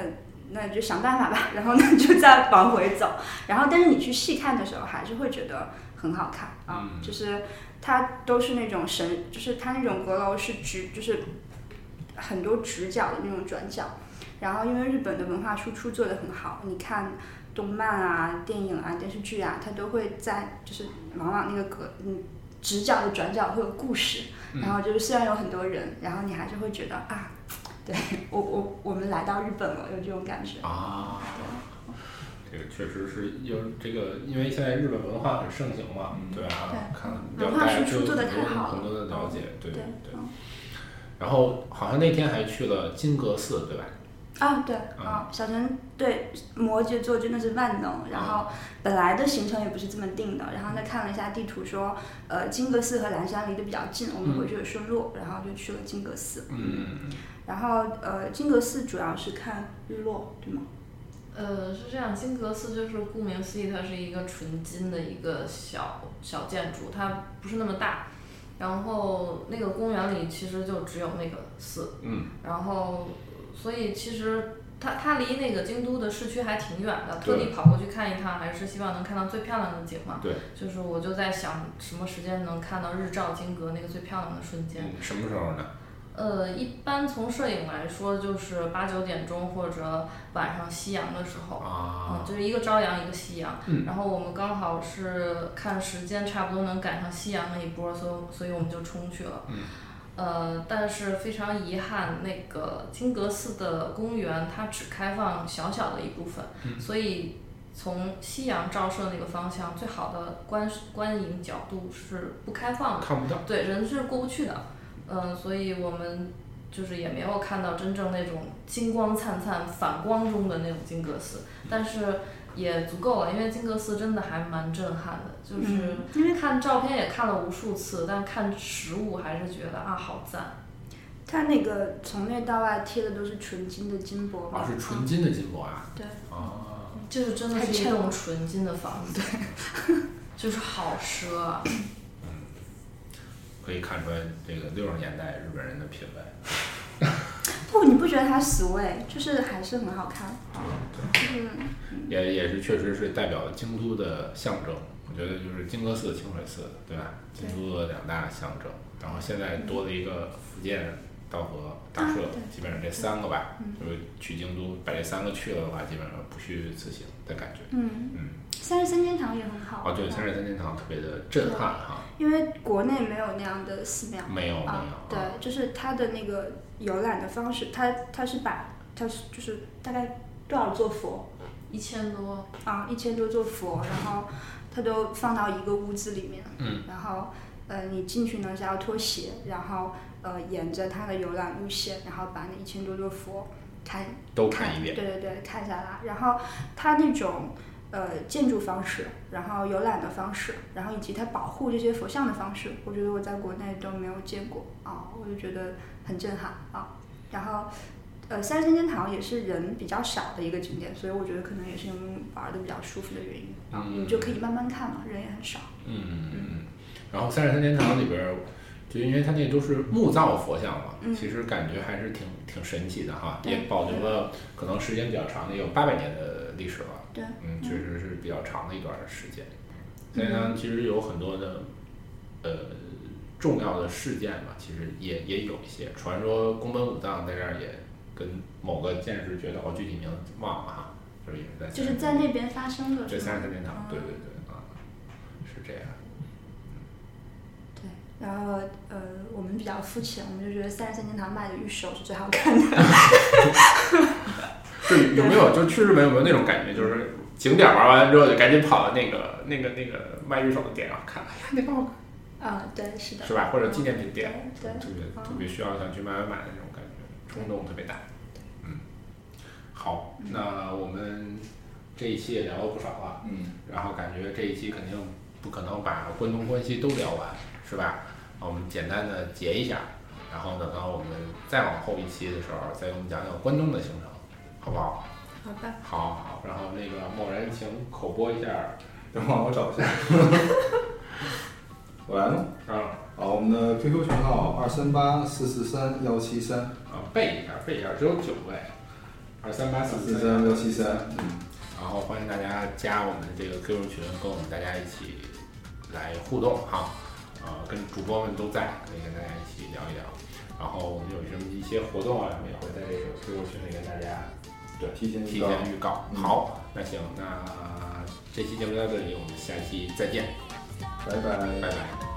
Speaker 4: 那就想办法吧，然后呢就再往回走，然后但是你去细看的时候还是会觉得很好看啊，
Speaker 1: 嗯
Speaker 4: 就是它都是那种神，就是它那种阁楼是直，就是很多直角的那种转角，然后因为日本的文化输出做得很好，你看。动漫啊、电影啊、电视剧啊，它都会在就是往往那个格嗯直角的转角会有故事，然后就是虽然有很多人，然后你还是会觉得啊，对我我我们来到日本了，有这种感觉。
Speaker 1: 啊，这个确实是有这个，因为现在日本文化很盛行嘛，对吧？
Speaker 4: 对
Speaker 1: 看了
Speaker 4: 文
Speaker 1: 了
Speaker 4: 化
Speaker 1: 解
Speaker 4: 输出
Speaker 1: 就
Speaker 4: 做得
Speaker 1: 很多
Speaker 4: 太好
Speaker 1: 很
Speaker 4: 了
Speaker 1: 多的了解，对
Speaker 4: 对
Speaker 1: 对。
Speaker 4: 嗯
Speaker 1: 然后好像那天还去了金阁寺，对吧？
Speaker 4: 啊，对
Speaker 1: 嗯
Speaker 4: 啊，小陈对摩羯座真的是万能。然后本来的行程也不是这么定的，然
Speaker 1: 嗯
Speaker 4: 后呢看了一下地图说，呃，金阁寺和岚山离得比较近，我们回去也顺路，然后就去了金阁寺。
Speaker 1: 嗯，
Speaker 4: 然后呃，金阁寺主要是看日落，对吗？
Speaker 5: 呃，是这样，金阁寺就是顾名思义，它是一个纯金的一个小小建筑，它不是那么大。然后那个公园里其实就只有那个寺，
Speaker 1: 嗯，
Speaker 5: 然后所以其实它它离那个京都的市区还挺远的，特地
Speaker 1: 对
Speaker 5: 跑过去看一趟，还是希望能看到最漂亮的景嘛。
Speaker 1: 对，
Speaker 5: 就是我就在想什么时间能看到日照金阁那个最漂亮的瞬间。
Speaker 1: 嗯什么时候呢？
Speaker 5: 呃，一般从摄影来说，就是八九点钟或者晚上夕阳的时候，嗯，
Speaker 1: 啊，
Speaker 5: 就是一个朝阳，一个夕阳。
Speaker 1: 嗯
Speaker 5: 然后我们刚好是看时间，差不多能赶上夕阳那一波，所以所以我们就冲去了。
Speaker 1: 嗯
Speaker 5: 呃，但是非常遗憾，那个金阁寺的公园它只开放小小的一部分，
Speaker 1: 嗯
Speaker 5: 所以从夕阳照射那个方向，最好的观观影角度是不开放
Speaker 1: 嗯
Speaker 5: 的，
Speaker 1: 看不到。
Speaker 5: 对，人是过不去的。嗯、所以我们。就是也没有看到真正那种金光灿灿、反光中的那种金阁寺，但是也足够了，因为金阁寺真的还蛮震撼的，就是
Speaker 4: 嗯因为
Speaker 5: 看照片也看了无数次，但看实物还是觉得啊好赞。
Speaker 4: 它那个从内到外贴的都是纯金的金箔嘛。
Speaker 1: 啊，是纯金的金箔啊。
Speaker 4: 对。
Speaker 1: 啊，
Speaker 5: 就是真的
Speaker 4: 嗯太
Speaker 5: 是一
Speaker 4: 震
Speaker 5: 栋
Speaker 4: 了
Speaker 5: 纯金的房子，就是好奢 啊！
Speaker 1: 可以看出来这个六十年代日本人的品味。
Speaker 4: 不，哦你不觉得它俗哎？就是还是很好看。就是
Speaker 1: 也也是确实是代表京都的象征。我觉得就是金阁寺、清水寺，对吧？京
Speaker 4: 对
Speaker 1: 都的两大象征。然后现在多了一个福建道和大社
Speaker 4: 啊，对嗯
Speaker 1: 基本上这三个吧。就是去京都把这三个去了的话，基本上不虚此行的感觉。
Speaker 4: 嗯，
Speaker 1: 嗯，
Speaker 4: 三十三间堂也很好。
Speaker 1: 哦，对，三十三间堂特别的震撼哈，
Speaker 4: 因为国内没有那样的寺庙
Speaker 1: 没有没有
Speaker 4: 啊，
Speaker 1: 啊，
Speaker 4: 对，就是它的那个游览的方式，它它是把它是就是大概多少座佛
Speaker 5: 一千多，
Speaker 4: 啊，一千多座佛，然后它都放到一个屋子里面，
Speaker 1: 嗯，
Speaker 4: 然后呃你进去呢是要脱鞋，然后呃沿着它的游览路线，然后把那一千多座佛看
Speaker 1: 都看一遍。
Speaker 4: 对对对，看下来。然后它那种呃建筑方式，然后游览的方式，然后以及它保护这些佛像的方式，我觉得我在国内都没有见过啊，我就觉得很震撼啊。然后呃，三山间堂也是人比较少的一个景点，所以我觉得可能也是因为玩的比较舒服的原因啊，
Speaker 1: 嗯
Speaker 4: 你就可以慢慢看嘛，人也很少。
Speaker 1: 嗯，然后三十三间堂里边儿，就因为它那都是木造佛像嘛，
Speaker 4: 嗯
Speaker 1: 其实感觉还是挺挺神奇的哈，
Speaker 4: 对
Speaker 1: 也保留了可能时间比较长的，也有八百年的历史了。
Speaker 4: 对
Speaker 1: 嗯，确实是比较长的一段时间。三间堂其实有很多的呃重要的事件嘛，其实也也有一些传说，宫本武藏在这儿也跟某个剑士决斗，哦我具体名字忘了哈，就是也是在
Speaker 4: 就是
Speaker 1: 33
Speaker 4: 在那边发生的，
Speaker 1: 这
Speaker 4: 是
Speaker 1: 三
Speaker 4: 吗
Speaker 1: 十三间堂，对对对啊，是这样。
Speaker 4: 对，然后呃，我们比较肤浅，我们就觉得三十三间堂卖的玉手是最好看的。
Speaker 1: 就有没有就去日本有没有那种感觉，就是景点玩完之后就赶紧跑到那个那个那个卖玉手的店上看，哎呀，那个好看，
Speaker 4: 啊，对，是的，嗯
Speaker 1: 是吧？或者纪念品店，
Speaker 4: 对对
Speaker 1: 特别特别需要想去买买买的那种感觉，冲动特别大。嗯，好，那我们这一期也聊了不少了，
Speaker 3: 嗯，
Speaker 1: 然后感觉这一期肯定不可能把关东关西都聊完，是吧？那我们简单的截一下，然后等到我们再往后一期的时候，再给我们讲讲关东的行程，好不好？
Speaker 5: 好的，
Speaker 1: 好，好，然后那个某人请口播一下，
Speaker 3: 等会儿我找一下，我来弄。
Speaker 1: 嗯，
Speaker 3: 好，我们的 QQ 群号二三八四四三幺七三
Speaker 1: 啊，背一下，背一下，只有九位，二三八四
Speaker 3: 四
Speaker 1: 四
Speaker 3: 三幺七三，嗯，
Speaker 1: 然后欢迎大家加我们这个 QQ 群，跟我们大家一起来互动哈。呃，跟主播们都在，可以跟大家一起聊一聊。然后我们有什么一些活动啊什么，也会在这个 QQ 群里跟大家
Speaker 3: 对，提前
Speaker 1: 提
Speaker 3: 预告，
Speaker 1: 前预告。
Speaker 3: 嗯
Speaker 1: 好，那行，那这期节目到这里，我们下期再见，
Speaker 3: 拜拜
Speaker 1: 拜拜。